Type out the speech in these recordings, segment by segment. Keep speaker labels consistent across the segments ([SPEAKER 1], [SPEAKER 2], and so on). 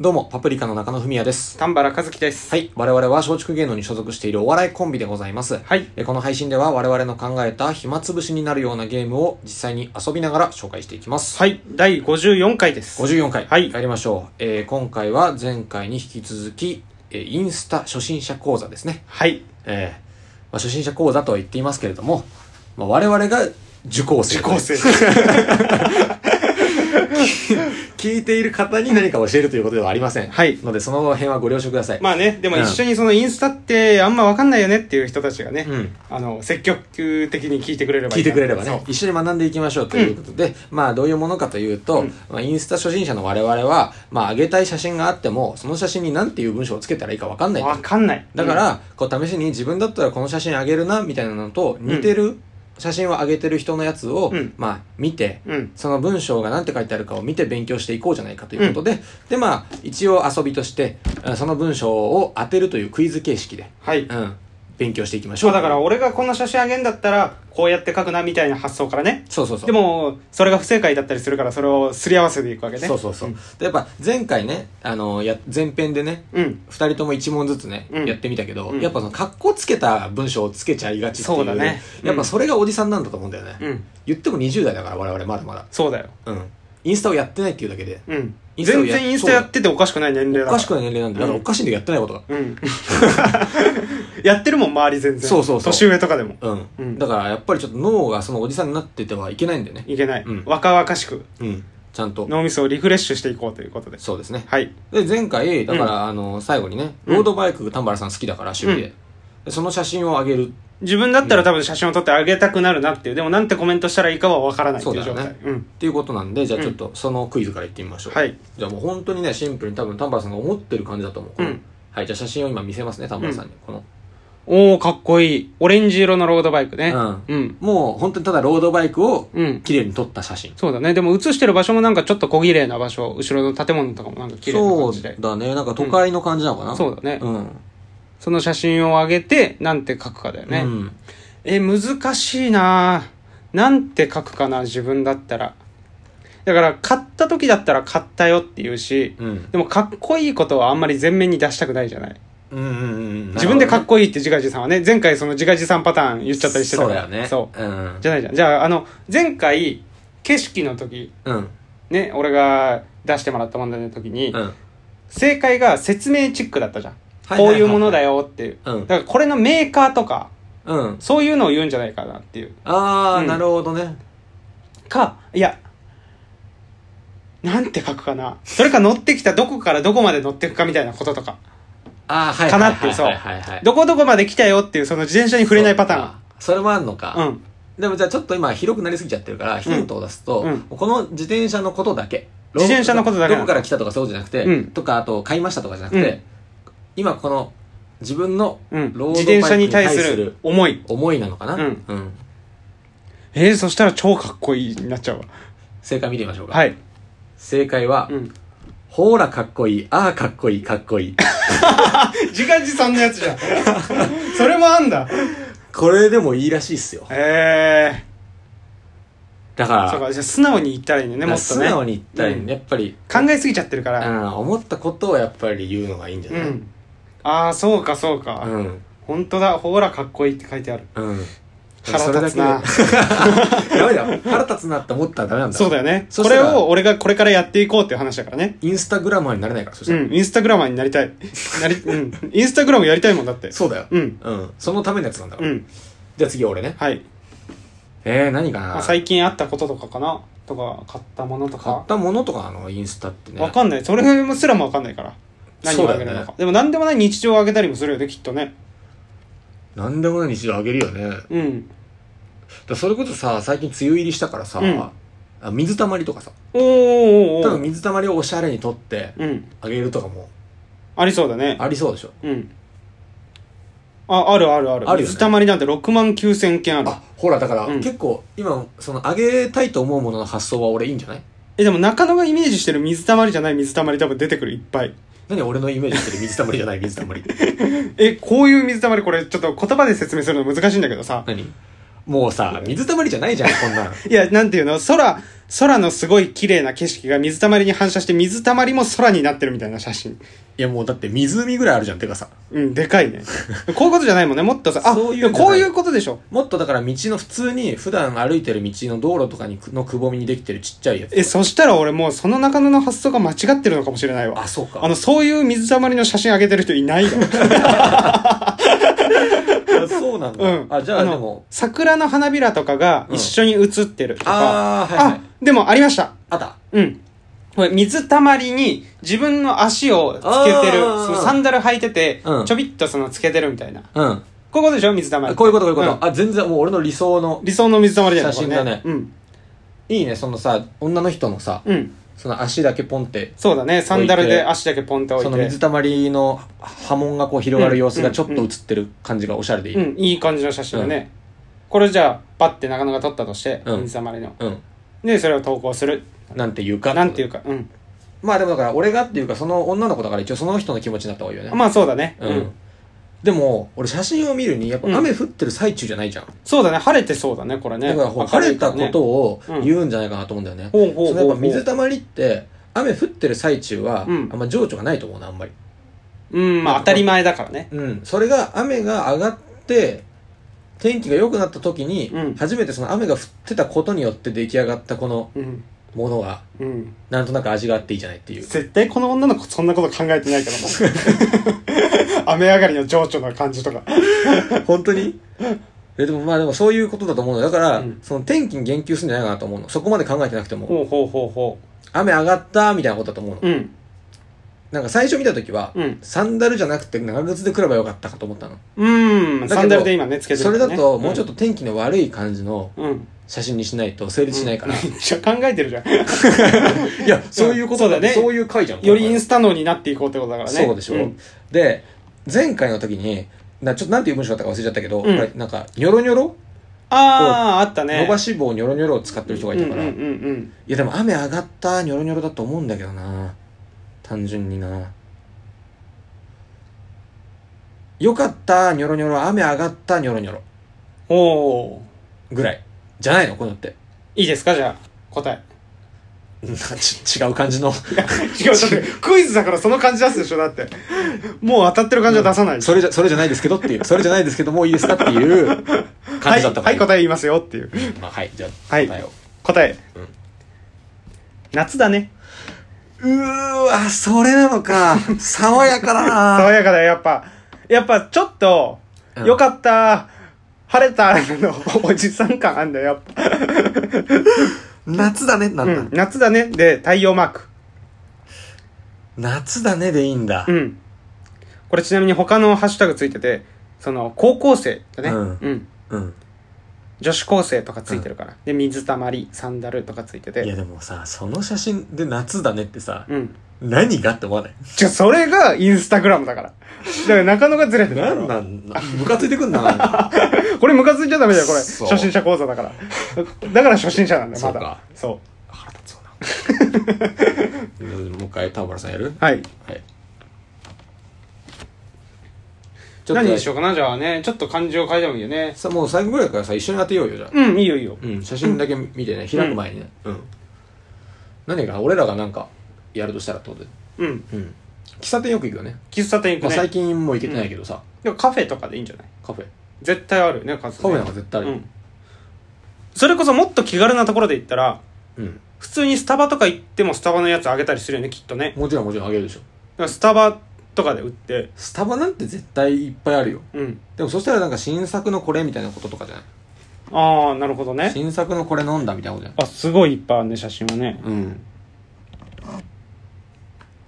[SPEAKER 1] どうも、パプリカの中野文也です。
[SPEAKER 2] 丹原和樹です。
[SPEAKER 1] はい、我々は松竹芸能に所属しているお笑いコンビでございます。
[SPEAKER 2] はい。
[SPEAKER 1] えこの配信では我々の考えた暇つぶしになるようなゲームを実際に遊びながら紹介していきます。
[SPEAKER 2] はい。第54回です。
[SPEAKER 1] 54回、
[SPEAKER 2] はい
[SPEAKER 1] やりましょう。えー今回は前回に引き続き、えーインスタ初心者講座ですね。
[SPEAKER 2] はい。
[SPEAKER 1] えーまあ、初心者講座とは言っていますけれども、まあ、我々が受講生。
[SPEAKER 2] 受講生。
[SPEAKER 1] 聞いている方に何か教えるということではありません。
[SPEAKER 2] はい
[SPEAKER 1] ので、その辺はご了承ください。
[SPEAKER 2] まあね、でも
[SPEAKER 1] うん
[SPEAKER 2] 一緒にそのインスタってあんまわかんないよねっていう人たちがね、
[SPEAKER 1] うん
[SPEAKER 2] あの、積極的に聞いてくれれば
[SPEAKER 1] 聞いてくれれば
[SPEAKER 2] そう
[SPEAKER 1] ね、一緒に学んでいきましょうということで、まあどういうものかというと、まあ、インスタ初心者の我々は、まあ上げたい写真があっても、その写真に何ていう文章をつけたらいいかわかんないと。
[SPEAKER 2] わかんない。
[SPEAKER 1] だから、こう試しに自分だったらこの写真あげるな、みたいなのと、似てる写真を上げてる人のやつを、
[SPEAKER 2] うん
[SPEAKER 1] まあ見て、
[SPEAKER 2] うん、うん。
[SPEAKER 1] その文章が何て書いてあるかを見て勉強していこうじゃないかということで、でまあ一応遊びとして、あその文章を当てるというクイズ形式で、
[SPEAKER 2] はい。
[SPEAKER 1] うん、勉強していきましょ。
[SPEAKER 2] そううだから、俺がこんな写真あげんだったら、こうやって書くなみたいな発想からね。
[SPEAKER 1] そうそうそう
[SPEAKER 2] で。も、それが不正解だったりするから、それをすり合わせていくわけね。
[SPEAKER 1] そうそうそう、
[SPEAKER 2] ん
[SPEAKER 1] でやっぱ前回ねあのや前編でね
[SPEAKER 2] うん。
[SPEAKER 1] 2人とも1問ずつね、
[SPEAKER 2] うん
[SPEAKER 1] やってみたけど、
[SPEAKER 2] うん
[SPEAKER 1] やっぱその格好つけた文章をつけちゃいがちっていう
[SPEAKER 2] そうだねうん
[SPEAKER 1] やっぱそれがおじさんなんだと思うんだよね、
[SPEAKER 2] うん。
[SPEAKER 1] 言っても20代だから我々まだまだ
[SPEAKER 2] そうだよ。
[SPEAKER 1] うんインスタをやってないっていうだけで
[SPEAKER 2] うん。
[SPEAKER 1] インスタを
[SPEAKER 2] 全
[SPEAKER 1] や
[SPEAKER 2] 然インスタやってておかしくない年齢だ
[SPEAKER 1] お
[SPEAKER 2] から。
[SPEAKER 1] かしくない年齢なんで、だから
[SPEAKER 2] う
[SPEAKER 1] お
[SPEAKER 2] ん
[SPEAKER 1] かしいんだけどやってないことが
[SPEAKER 2] うん。 やってるもん、周り全然。
[SPEAKER 1] そうそうそう
[SPEAKER 2] 年上とかでも。
[SPEAKER 1] うん、
[SPEAKER 2] うん
[SPEAKER 1] だからやっぱりちょっと脳がそのおじさんになっててはいけないんだよね
[SPEAKER 2] いけない。
[SPEAKER 1] うん
[SPEAKER 2] 若々しく、
[SPEAKER 1] うんちゃんと
[SPEAKER 2] 脳みそをリフレッシュしていこうということで。
[SPEAKER 1] そうですね
[SPEAKER 2] はい。
[SPEAKER 1] で前回だから、あの最後にねロードバイク丹原さん好きだから趣味で,、でその写真をあげる
[SPEAKER 2] 自分だったら多分写真を撮ってあげたくなるなっていう、でもなんてコメントしたらいいかはわからないっていう
[SPEAKER 1] そ
[SPEAKER 2] 状
[SPEAKER 1] うだよ
[SPEAKER 2] 態。
[SPEAKER 1] ね
[SPEAKER 2] うん。
[SPEAKER 1] っていうことなんで、じゃあちょっとそのクイズからいってみましょう。
[SPEAKER 2] はい。
[SPEAKER 1] じゃあもう本当にね、シンプルに多分丹原さんが思ってる感じだと思う。この
[SPEAKER 2] うん
[SPEAKER 1] はい、じゃあ写真を今見せますね、丹原さんに。この。
[SPEAKER 2] おー、かっこいい。オレンジ色のロードバイクね。
[SPEAKER 1] う
[SPEAKER 2] うん。
[SPEAKER 1] もう本当にただロードバイクを
[SPEAKER 2] うん。
[SPEAKER 1] 綺麗に撮った写真。
[SPEAKER 2] そうだね。でも映してる場所もなんかちょっと小綺麗な場所。後ろの建物とかもなんか綺麗な
[SPEAKER 1] そ
[SPEAKER 2] 感
[SPEAKER 1] う
[SPEAKER 2] じで。
[SPEAKER 1] だね。なんか都会の感じなのかな、
[SPEAKER 2] そうだね。
[SPEAKER 1] うん。
[SPEAKER 2] その写真を上げて、なんて書くかだよね。
[SPEAKER 1] うん。
[SPEAKER 2] え、難しいなぁなんて書くかな、自分だったら。だから、買った時だったら買ったよって言うし、
[SPEAKER 1] うん。
[SPEAKER 2] でも、かっこいいことはあんまり前面に出したくないじゃない。
[SPEAKER 1] うんうんうんうん。
[SPEAKER 2] 自分でかっ
[SPEAKER 1] こ
[SPEAKER 2] こいいって自画自賛はね、前回その自画自賛パターン言っちゃったりしてた
[SPEAKER 1] そう
[SPEAKER 2] か
[SPEAKER 1] だ
[SPEAKER 2] ら。
[SPEAKER 1] よね。
[SPEAKER 2] そう。
[SPEAKER 1] うん。
[SPEAKER 2] じゃないじゃん。じゃあ、あの、前回、景色の時、
[SPEAKER 1] うん。
[SPEAKER 2] ね、俺が出してもらった問題の時に、
[SPEAKER 1] うん。
[SPEAKER 2] 正解が説明チックだったじゃん。
[SPEAKER 1] はいはいはい
[SPEAKER 2] こう
[SPEAKER 1] はい
[SPEAKER 2] いうものだよっていう。
[SPEAKER 1] うん
[SPEAKER 2] だから、これのメーカーとか、
[SPEAKER 1] うん。
[SPEAKER 2] そういうのを言うんじゃないかなっていう。
[SPEAKER 1] あー、
[SPEAKER 2] うん
[SPEAKER 1] なるほどね。
[SPEAKER 2] か、いや、なんて書くかな。それか乗ってきたどこからどこまで乗ってくかみたいなこととか。
[SPEAKER 1] あー、はい。
[SPEAKER 2] かなって
[SPEAKER 1] はいはいはいはいはい。
[SPEAKER 2] どこどこまで来たよっていうその自転車に触れないパターン。
[SPEAKER 1] それもあんのか。
[SPEAKER 2] うん。
[SPEAKER 1] でもじゃあちょっと今広くなりすぎちゃってるから、ヒントを出すと、
[SPEAKER 2] うん
[SPEAKER 1] この自転車のことだけ。
[SPEAKER 2] 自転車のことだけ
[SPEAKER 1] どこから来たとかそうじゃなくて、
[SPEAKER 2] うん
[SPEAKER 1] とかあと買いましたとかじゃなくて、
[SPEAKER 2] うん
[SPEAKER 1] 今この自分のロ
[SPEAKER 2] う
[SPEAKER 1] ー
[SPEAKER 2] ん。
[SPEAKER 1] ドバ
[SPEAKER 2] 自
[SPEAKER 1] イク
[SPEAKER 2] 転
[SPEAKER 1] に
[SPEAKER 2] 車に対
[SPEAKER 1] 対
[SPEAKER 2] す
[SPEAKER 1] す
[SPEAKER 2] る
[SPEAKER 1] る
[SPEAKER 2] 思い。
[SPEAKER 1] 思いなのかな、
[SPEAKER 2] うんえー、そしたら超かっこいいになっちゃうわ。
[SPEAKER 1] 正解見てみましょうか。
[SPEAKER 2] はい。
[SPEAKER 1] 正解は、
[SPEAKER 2] うん。
[SPEAKER 1] ほーらかっこいい、あーかっこいい、かっこいい。
[SPEAKER 2] 自画自賛のやつじ ゃん。それもあんだ。
[SPEAKER 1] これでもいいらしいっすよ。
[SPEAKER 2] え
[SPEAKER 1] だか
[SPEAKER 2] ー。
[SPEAKER 1] ら、
[SPEAKER 2] そうか、じゃあ素直に言ったらいいんだよね、
[SPEAKER 1] だか
[SPEAKER 2] もっ
[SPEAKER 1] ら
[SPEAKER 2] とね。
[SPEAKER 1] 素直に言ったらいいね、やっぱり、
[SPEAKER 2] 考えすぎちゃってるか
[SPEAKER 1] う
[SPEAKER 2] ら。
[SPEAKER 1] ん、思ったことをやっぱり言うのがいいんじゃ
[SPEAKER 2] う
[SPEAKER 1] ない、
[SPEAKER 2] ん。あー、そうか、そうか。
[SPEAKER 1] うん
[SPEAKER 2] 本当だ、ほら、かっこいいって書いてある。
[SPEAKER 1] うん。
[SPEAKER 2] 腹立つな
[SPEAKER 1] それだけで ダメだよ。腹立つなって思ったらダメなんだ。
[SPEAKER 2] そうだよね。
[SPEAKER 1] そ
[SPEAKER 2] こ
[SPEAKER 1] した
[SPEAKER 2] れ
[SPEAKER 1] ら
[SPEAKER 2] を俺がこれからやっていこうっていう話だからね。
[SPEAKER 1] インスタグラマーになれないから、そし
[SPEAKER 2] う
[SPEAKER 1] たら。
[SPEAKER 2] ん、インスタグラマーになりたい。 なり、うん。インスタグラムやりたいもんだって。
[SPEAKER 1] そうだよ。
[SPEAKER 2] うん。
[SPEAKER 1] うん。そのためのやつなんだから。
[SPEAKER 2] うん。
[SPEAKER 1] じゃあ次俺ね。
[SPEAKER 2] はい。
[SPEAKER 1] えー、何か
[SPEAKER 2] ま
[SPEAKER 1] な
[SPEAKER 2] あ、
[SPEAKER 1] 買
[SPEAKER 2] 最近あったこととかかなとか、買ったものと
[SPEAKER 1] っ
[SPEAKER 2] か。
[SPEAKER 1] たものとかなの、インスタってね。
[SPEAKER 2] わかんない。それすらもわかんないから。何をあげ
[SPEAKER 1] そう
[SPEAKER 2] る
[SPEAKER 1] だよ
[SPEAKER 2] のか
[SPEAKER 1] ね。
[SPEAKER 2] でも何でもない日常をあげたりもするよね、きっとね。
[SPEAKER 1] なんでもない日常あげるよね。だか
[SPEAKER 2] うん。
[SPEAKER 1] らそれこそさ、最近梅雨入りしたからさ、
[SPEAKER 2] うん
[SPEAKER 1] あ水たまりとかさ、
[SPEAKER 2] おーお
[SPEAKER 1] 多
[SPEAKER 2] ーお
[SPEAKER 1] 分
[SPEAKER 2] ー
[SPEAKER 1] 水たまりをおしゃれに撮って
[SPEAKER 2] うん。
[SPEAKER 1] あげるとかも
[SPEAKER 2] ありそうだね。
[SPEAKER 1] ありそうでしょ。
[SPEAKER 2] うん。あ、あるあるある。
[SPEAKER 1] あるよね
[SPEAKER 2] 水たまりなんて6万9千件ある。
[SPEAKER 1] あ、ほら、だから、
[SPEAKER 2] うん
[SPEAKER 1] 結構今、そのあげたいと思うものの発想は俺いいんじゃない
[SPEAKER 2] え、でも中野がイメージしてる水たまりじゃない水たまり多分出てくる、いっぱい。
[SPEAKER 1] 何俺のイメージしてる水たまりじゃない水たまり。
[SPEAKER 2] え、こういう水たまり、これちょっと言葉で説明するの難しいんだけどさ、
[SPEAKER 1] 何もうさ、水たまりじゃないじゃん、こんなん。
[SPEAKER 2] いや、なんていうの空、空のすごい綺麗な景色が水たまりに反射して、水たまりも空になってるみたいな写真。
[SPEAKER 1] いや、もうだって湖ぐらいあるじゃん、てかさ。
[SPEAKER 2] うん、でかいね。 こういうことじゃないもんね。もっとさ、あ、
[SPEAKER 1] そういうんじゃない
[SPEAKER 2] こういうことでしょ。
[SPEAKER 1] もっとだから道の普通に、普段歩いてる道の道路とかにくのくぼみにできてるちっちゃいやつ。
[SPEAKER 2] え、そしたら俺もうその中野の発想が間違ってるのかもしれないわ。
[SPEAKER 1] あ、そうか。
[SPEAKER 2] あの、そういう水たまりの写真上げてる人 いないよ。
[SPEAKER 1] あそうなんだ。
[SPEAKER 2] うん。
[SPEAKER 1] あ、じゃあ
[SPEAKER 2] の
[SPEAKER 1] でも、
[SPEAKER 2] 桜の花びらとかが一緒に写ってるとか。
[SPEAKER 1] あー、はい、はい。
[SPEAKER 2] あ、でもありました。
[SPEAKER 1] あった。
[SPEAKER 2] うん。これ水たまりに自分の足をつけてる、
[SPEAKER 1] あー
[SPEAKER 2] そのサンダル履いてて、
[SPEAKER 1] うん
[SPEAKER 2] ちょびっとそのつけてるみたいな。こ
[SPEAKER 1] うん。
[SPEAKER 2] ういうことでしょ水たまり。
[SPEAKER 1] あこういうこと、こういうこと。
[SPEAKER 2] ん
[SPEAKER 1] あ、全然もう俺の理想の。
[SPEAKER 2] 理想の水たまりだよね。
[SPEAKER 1] 写真だね
[SPEAKER 2] これうん。
[SPEAKER 1] いいね、そのさ、女の人のさ、
[SPEAKER 2] うん。
[SPEAKER 1] その足だけポンって、
[SPEAKER 2] そうだね。サンダルで足だけポンって置い
[SPEAKER 1] そ
[SPEAKER 2] て。
[SPEAKER 1] の水たまりの波紋がこう広がる様子がちょっと映ってる感じがおしゃれでいい。
[SPEAKER 2] うん、いい感じの写真だね。これじゃあ、パッてなかなか撮ったとして、
[SPEAKER 1] うん
[SPEAKER 2] 水たまりの。
[SPEAKER 1] うん。
[SPEAKER 2] で、それを投稿する。
[SPEAKER 1] なんていうか。。
[SPEAKER 2] なんていううか、うん。
[SPEAKER 1] まあでもだから、俺がっていうか、その女の子だから一応その人の気持ちになった方がいいよね。
[SPEAKER 2] まあそうだね。う
[SPEAKER 1] うんん。。でも、俺写真を見るに、やっぱ
[SPEAKER 2] うん
[SPEAKER 1] 雨降ってる最中じゃないじゃん。
[SPEAKER 2] そうだね。晴れてそうだね、これね。
[SPEAKER 1] だからほら、晴れたこと
[SPEAKER 2] を。
[SPEAKER 1] を
[SPEAKER 2] うん
[SPEAKER 1] 言うんじゃないかなと思うんだよね。
[SPEAKER 2] ほうほうほうほう
[SPEAKER 1] そのやっぱ水たまりって、雨降ってる最中は、
[SPEAKER 2] うん
[SPEAKER 1] あんま情緒がないと思うな、あんまり。
[SPEAKER 2] うん、まあ当たり前だからね。
[SPEAKER 1] うん、それが雨が上がって天気が良くなった時に、
[SPEAKER 2] うん
[SPEAKER 1] 初めてその雨が降ってたことによって出来上がったこの
[SPEAKER 2] うん。
[SPEAKER 1] ものが
[SPEAKER 2] うん。
[SPEAKER 1] なんとなく味があっていいじゃないって いう
[SPEAKER 2] 絶対この女の子そんなこと考えてないからな 雨上がりの情緒の感じとか。
[SPEAKER 1] 本当にえでもまあでもそういうことだと思うのだから、
[SPEAKER 2] うん
[SPEAKER 1] その天気に言及するんじゃないかなと思うのそこまで考えてなくても、
[SPEAKER 2] ほうほうほうほ
[SPEAKER 1] 雨上がったみたいなことだと思うの、
[SPEAKER 2] う。うん。
[SPEAKER 1] なんか最初見た時は、
[SPEAKER 2] うん。
[SPEAKER 1] サンダルじゃなくて長靴で来ればよかったかと思ったの、
[SPEAKER 2] うん。
[SPEAKER 1] だけど
[SPEAKER 2] サンダルで今ね、つけて
[SPEAKER 1] そ
[SPEAKER 2] る
[SPEAKER 1] れ
[SPEAKER 2] から
[SPEAKER 1] だ
[SPEAKER 2] ね、
[SPEAKER 1] ともうちょっ
[SPEAKER 2] と。
[SPEAKER 1] と天気の悪い感じの
[SPEAKER 2] うん。
[SPEAKER 1] 写真にしないと成立しないから、
[SPEAKER 2] めっちゃ考えてるじゃん。
[SPEAKER 1] いやそういうことだね
[SPEAKER 2] そうだね
[SPEAKER 1] そういう回じゃん
[SPEAKER 2] よりインスタ能になっていこうってことだからね。
[SPEAKER 1] そうでしょ、
[SPEAKER 2] ん
[SPEAKER 1] で前回の時になちょっとなんていう文章だったか忘れちゃったけど、
[SPEAKER 2] うん
[SPEAKER 1] これなんかニョロニョロ、
[SPEAKER 2] ああ、あったね。
[SPEAKER 1] 伸ばし棒ニョロニョロを使ってる人がいたから、
[SPEAKER 2] うんうんうんうん。
[SPEAKER 1] いやでも雨上がったニョロニョロだと思うんだけどな単純になよかったニョロニョロ雨上がったニョロニョロ
[SPEAKER 2] おお。
[SPEAKER 1] ぐらいじゃないのこういうのって
[SPEAKER 2] いいですかじゃあ、答え。
[SPEAKER 1] ち違う感じの
[SPEAKER 2] 違う、だって クイズだからその感じ出すでしょだって。もう当たってる感じは出さない。
[SPEAKER 1] それじゃそれじゃないですけどっていうそれじゃないですけどもういいですかっていう感じだった
[SPEAKER 2] は
[SPEAKER 1] は
[SPEAKER 2] い、はい、
[SPEAKER 1] い
[SPEAKER 2] 答え言いますよっていう。
[SPEAKER 1] まあ、はいじゃあ
[SPEAKER 2] はい
[SPEAKER 1] 答えを
[SPEAKER 2] 答え。
[SPEAKER 1] うん
[SPEAKER 2] 夏だね。
[SPEAKER 1] うーわ、それなのか。爽やかだ
[SPEAKER 2] 爽
[SPEAKER 1] な。
[SPEAKER 2] やかだよ、やっぱ。やっぱちょっと、
[SPEAKER 1] うん
[SPEAKER 2] よかった。晴れたのおじさん感あんだよ、やっぱ。
[SPEAKER 1] 夏だね、なん
[SPEAKER 2] う
[SPEAKER 1] だ、
[SPEAKER 2] ん、夏だね。で、太陽マーク。
[SPEAKER 1] 夏だねでいいんだ。
[SPEAKER 2] うん。これちなみに他のハッシュタグついてて、その、高校生だね。
[SPEAKER 1] うん
[SPEAKER 2] うん。
[SPEAKER 1] うん。
[SPEAKER 2] 女子高生とかついてるから。で、水たまり、サンダルとかついて
[SPEAKER 1] いやで
[SPEAKER 2] て。
[SPEAKER 1] もさ、その写真で夏だねってさ、
[SPEAKER 2] うん。
[SPEAKER 1] 何がって思わない
[SPEAKER 2] じゃ、それがインスタグラムだから。だから中野がずれてるか
[SPEAKER 1] な
[SPEAKER 2] ら。
[SPEAKER 1] んなんだムカついてくんな。なんか
[SPEAKER 2] これムカついちゃダメだよ、これ。
[SPEAKER 1] そう
[SPEAKER 2] 初心者講座だから。だから初心者なんだよ、ま
[SPEAKER 1] そう
[SPEAKER 2] だ
[SPEAKER 1] か。
[SPEAKER 2] そ
[SPEAKER 1] 腹立つわな。もう一回、田原さんやる
[SPEAKER 2] う。はい。
[SPEAKER 1] はい。ちょっ
[SPEAKER 2] 何にし
[SPEAKER 1] と
[SPEAKER 2] ようかな、じゃあね。ちょっと漢字を書いてもいいよね。
[SPEAKER 1] さ、もう最後ぐらいからさ、一緒に当てようよ、じゃあ。
[SPEAKER 2] うん、いいよいいよ。
[SPEAKER 1] うん、写真だけ見てね、開く前にね。うん。何が俺らがなんか、やるとしたらってことで。
[SPEAKER 2] うん。
[SPEAKER 1] うん喫茶店よく行くよね、
[SPEAKER 2] 喫茶店行
[SPEAKER 1] まあ、
[SPEAKER 2] く
[SPEAKER 1] 最
[SPEAKER 2] ね。
[SPEAKER 1] 近もう行けてないけどさ、
[SPEAKER 2] でもカフェとかでいいんじゃない
[SPEAKER 1] カフェ
[SPEAKER 2] 絶対あるよね、カフ
[SPEAKER 1] カフェなんか絶対ある
[SPEAKER 2] う
[SPEAKER 1] よ
[SPEAKER 2] ん。それこそもっと気軽なところで行ったら、
[SPEAKER 1] うん、
[SPEAKER 2] 普通にスタバとか行ってもスタバのやつあげたりするよね、きっとね。だか
[SPEAKER 1] もちろんもちろんあげるでしょ
[SPEAKER 2] らスタバとかで売って、
[SPEAKER 1] スタバなんて絶対いっぱいあるよ
[SPEAKER 2] うん。
[SPEAKER 1] でもそしたらなんか新作のこれみたいなこととかじゃない
[SPEAKER 2] ああ、なるほどね。
[SPEAKER 1] 新作のこれ飲んだみたいなことじ
[SPEAKER 2] あ、すごいいっぱいあるね、写真はね。
[SPEAKER 1] ゃないうん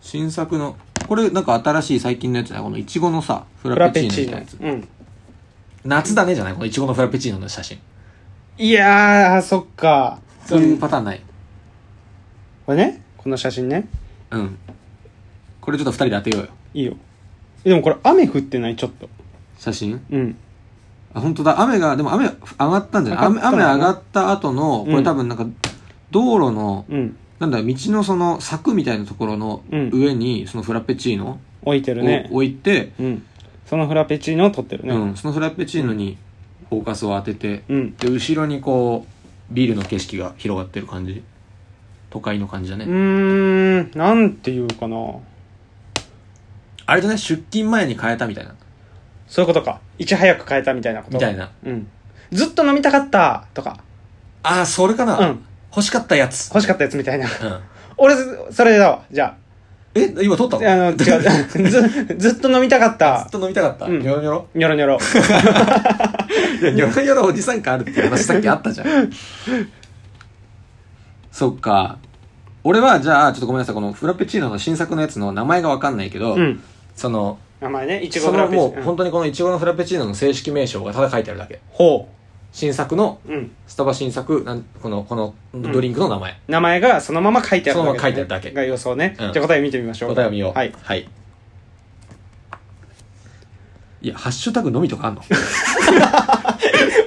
[SPEAKER 1] 新作のこれなんか新しい最近のやつだよこのいちごのさフ
[SPEAKER 2] フ
[SPEAKER 1] ラ
[SPEAKER 2] ラ
[SPEAKER 1] ペ
[SPEAKER 2] ペ
[SPEAKER 1] チ
[SPEAKER 2] チ
[SPEAKER 1] ーノみたいなやつ
[SPEAKER 2] ーノ。うん。
[SPEAKER 1] 夏だねじゃないこのいちごのフラペチーノの写真
[SPEAKER 2] いやー、そっか。
[SPEAKER 1] そういうパターンない
[SPEAKER 2] これね、この写真ね。
[SPEAKER 1] うんこれちょっと二人で当てようよ
[SPEAKER 2] いいよ。えでもこれ雨降ってないちょっと。
[SPEAKER 1] 写真
[SPEAKER 2] うん。
[SPEAKER 1] あ本当だ雨がでも雨上がったんじゃない雨
[SPEAKER 2] 上がったの
[SPEAKER 1] 雨
[SPEAKER 2] かな
[SPEAKER 1] 上がった後のこ
[SPEAKER 2] うん
[SPEAKER 1] れ多分なんか道路の、
[SPEAKER 2] うん。
[SPEAKER 1] なんだ道のその柵みたいなところの
[SPEAKER 2] うん
[SPEAKER 1] 上にそのフラペチーノ
[SPEAKER 2] 置いてる
[SPEAKER 1] を
[SPEAKER 2] ね。
[SPEAKER 1] 置いて、
[SPEAKER 2] うん。そのフラペチーノを撮ってるね。
[SPEAKER 1] うん、そのフラペチーノにフォーカスを当てて、
[SPEAKER 2] うん
[SPEAKER 1] で後ろにこうビールの景色が広がってる感じ都会の感じだね、
[SPEAKER 2] うーんなんていうかな
[SPEAKER 1] あれだね出勤前に変えたみたいな
[SPEAKER 2] そういうことかいち早く変えたみたいなこと
[SPEAKER 1] みたいな
[SPEAKER 2] うんずっと飲みたかったとか
[SPEAKER 1] ああそれかな、
[SPEAKER 2] うん
[SPEAKER 1] 欲しかったやつ、
[SPEAKER 2] 欲しかったやつみたいな
[SPEAKER 1] うん、
[SPEAKER 2] 俺それだわじゃ
[SPEAKER 1] え今撮った
[SPEAKER 2] ああ
[SPEAKER 1] の
[SPEAKER 2] の違う ずずっと飲みたかっ
[SPEAKER 1] ず
[SPEAKER 2] た
[SPEAKER 1] っと飲みたかった、
[SPEAKER 2] うん
[SPEAKER 1] ニョロニョロ
[SPEAKER 2] ニョロニョロ
[SPEAKER 1] いやニョロニョロおじさん感あるっていう話さっきあったじゃん そっか俺はじゃあちょっとごめんなさいこのフラペチーノの新作のやつの名前がわかんないけど、
[SPEAKER 2] うん
[SPEAKER 1] その
[SPEAKER 2] 名前ねいちご
[SPEAKER 1] そ
[SPEAKER 2] フラ
[SPEAKER 1] の
[SPEAKER 2] ペチ
[SPEAKER 1] もう
[SPEAKER 2] ーノう
[SPEAKER 1] 本
[SPEAKER 2] ん
[SPEAKER 1] 当にこのいちごのフラペチーノの正式名称がただ書いてあるだけ
[SPEAKER 2] ほ
[SPEAKER 1] 新作の
[SPEAKER 2] ううん
[SPEAKER 1] スタバ新作なんこのこのドリンクの名前、
[SPEAKER 2] 名前がそのまま書いてある
[SPEAKER 1] そのまま
[SPEAKER 2] だ
[SPEAKER 1] 書いてあるだけ
[SPEAKER 2] が予想ね、
[SPEAKER 1] うん
[SPEAKER 2] じゃあ答え見てみましょう
[SPEAKER 1] 答えを見よう
[SPEAKER 2] はい
[SPEAKER 1] はい、いやハッシュタグのみとかあんの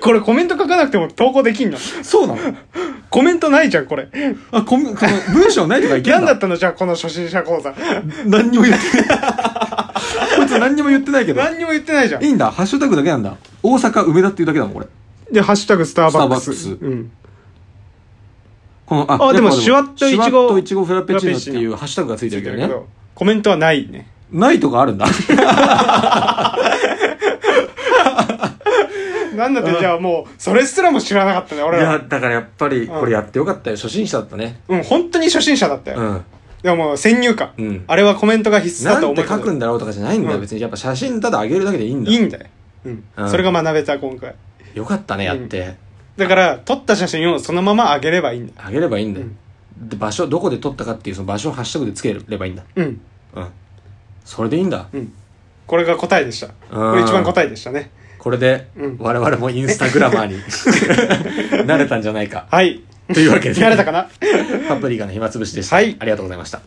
[SPEAKER 2] これコメント書かなくても投稿できん の
[SPEAKER 1] そうなの
[SPEAKER 2] コメントないじゃんこれ
[SPEAKER 1] あこんこの文章ないとかいけん
[SPEAKER 2] 何
[SPEAKER 1] だ
[SPEAKER 2] だったのじゃあこの初心者講座
[SPEAKER 1] 何にも言ってないこいつ何にも言って ないけど
[SPEAKER 2] 何にも言ってないじゃん
[SPEAKER 1] いいんだハッシュタグだけなんだ大阪梅田っていうだけだもんこれ
[SPEAKER 2] で「ハッシュタグスターバックス」
[SPEAKER 1] スターバッ
[SPEAKER 2] うん、
[SPEAKER 1] この
[SPEAKER 2] あ
[SPEAKER 1] やっぱ
[SPEAKER 2] でもシュワッといちご
[SPEAKER 1] シュワッといちごフラペチーノっていうハッシュタグがついて
[SPEAKER 2] つい
[SPEAKER 1] る
[SPEAKER 2] て
[SPEAKER 1] け
[SPEAKER 2] る
[SPEAKER 1] ど
[SPEAKER 2] け
[SPEAKER 1] ね
[SPEAKER 2] どコメントはないね
[SPEAKER 1] ないとかあるんだ
[SPEAKER 2] なんだってじゃあもうそれすらも知らなかったね
[SPEAKER 1] い
[SPEAKER 2] 俺
[SPEAKER 1] や
[SPEAKER 2] ら
[SPEAKER 1] だからやっぱりこれやってよかったよ初心者だったね
[SPEAKER 2] うん本当に初心者だったよ、
[SPEAKER 1] うん
[SPEAKER 2] でももう先入観、
[SPEAKER 1] うん
[SPEAKER 2] あれはコメントが必須だ
[SPEAKER 1] な
[SPEAKER 2] と
[SPEAKER 1] ん
[SPEAKER 2] 思
[SPEAKER 1] て
[SPEAKER 2] う
[SPEAKER 1] 書くんだろうとかじゃないんだよ、
[SPEAKER 2] うん
[SPEAKER 1] 別にやっぱ写真ただ上げるだけでいいんだ
[SPEAKER 2] いいんだよ、うん
[SPEAKER 1] うん
[SPEAKER 2] それが学べた今回
[SPEAKER 1] よかったねやって、
[SPEAKER 2] だから撮った写真をそのまま上げればいいんだ
[SPEAKER 1] 上げればいいんだよ、で場所どこで撮ったかっていうその場所をハッシュタグでつければいいんだ
[SPEAKER 2] うん
[SPEAKER 1] うんそれでいいんだ
[SPEAKER 2] これが答えでしたこれ一番答えでしたね
[SPEAKER 1] これで
[SPEAKER 2] うん
[SPEAKER 1] 我々もインスタグラマーになれたんじゃないか
[SPEAKER 2] はい
[SPEAKER 1] というわけで
[SPEAKER 2] 慣れたかな
[SPEAKER 1] パプリカの暇つぶしでした、
[SPEAKER 2] はい
[SPEAKER 1] ありがとうございました